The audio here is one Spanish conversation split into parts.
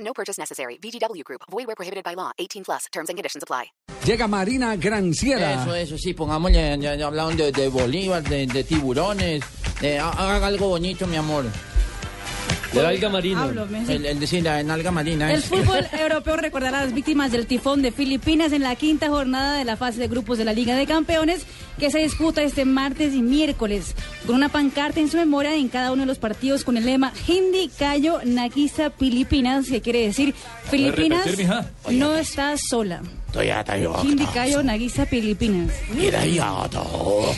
No purchase necessary. VGW Group. Void where prohibited by law. 18 plus. Terms and conditions apply. Llega Marina Granciera. Eso, eso, sí, pongámosle, ya, ya hablaron de, de Bolívar, de, de tiburones, de- ha- haga algo bonito, mi amor. La alga marina. Pablo, me dice, El, el decir, la nalga marina. El es- fútbol europeo recordará a las víctimas del tifón de Filipinas en la quinta jornada de la fase de grupos de la Liga de Campeones que se disputa este martes y miércoles con una pancarta en su memoria en cada uno de los partidos con el lema Hindi Cayo Nagisa Filipinas que quiere decir Filipinas repetir, mija? no está sola. Estoy hasta yo. Hindi Cayo Nagisa Filipinas. Mira, y otro.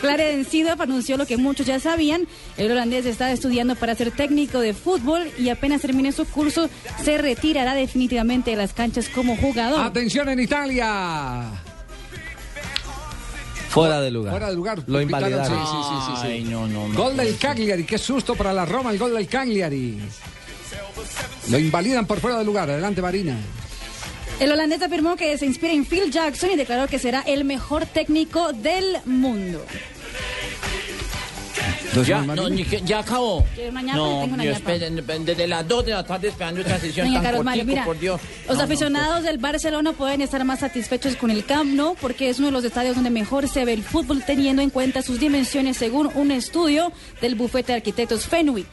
Clarence Seedorf anunció lo que muchos ya sabían. El holandés está estudiando para ser técnico de fútbol y apenas termine su curso se retirará definitivamente de las canchas como jugador. Atención en Italia. Fuera de lugar. Fuera de lugar. Lo Pitaron, invalidaron. Sí, sí, sí, sí, sí. Ay, no, no, no. Gol del Cagliari. Qué susto para la Roma el gol del Cagliari. Lo invalidan por fuera de lugar. Adelante, Marina. El holandés afirmó que se inspira en Phil Jackson y declaró que será el mejor técnico del mundo. Ya, no, ni que- ya acabó. Que mañana No, tengo una yo ñapa. esperen, desde las 2 de la tarde esperando esta sesión Doña tan Carol Mario, cortico, mira, por Dios. los No, no, aficionados del Barcelona pueden estar más satisfechos con el Camp Nou porque es uno de los estadios donde mejor se ve el fútbol teniendo en cuenta sus dimensiones según un estudio del bufete de arquitectos Fenwick.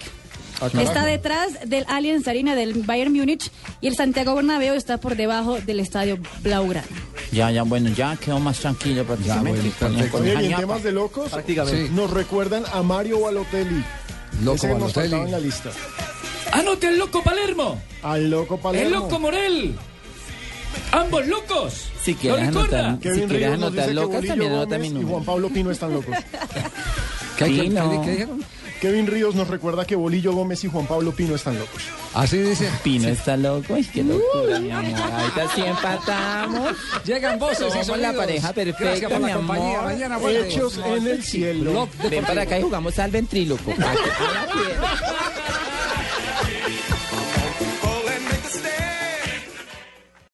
Ah, Está detrás del Allianz Arena del Bayern Múnich y el Santiago Bernabéu está por debajo del estadio Blaugrana. Ya, ya, bueno, ya quedó más tranquilo prácticamente. con- con Oye, esa y en ñapa. temas de locos, Prácticamente. Sí. nos recuerdan a Mario Balotelli. Loco Ese nos Balotelli. faltaba en la lista. Anote el loco Palermo. Al loco Palermo. El loco Morel. Ambos locos. Si ¿Lo quieres recuerda? anotar. Kevin Si quieres Ríos nos anotar dice que locas, Bolillo también anota Gómez mi y Juan número. Pablo Pino están locos. ¿Qué, hay que- Sí, no. qué- qué dijeron? Kevin Ríos nos recuerda que Bolillo Gómez y Juan Pablo Pino están locos. Así dice. Pino está loco. Ay, qué locura, mi amor. Ahorita sí empatamos. Llegan voces y Somos la sonidos. pareja perfecta, Gracias por la mi amor. compañía. Ah, Mañana vuelve. Hechos en el cielo. Blog Ven para acá y jugamos al ventríloco.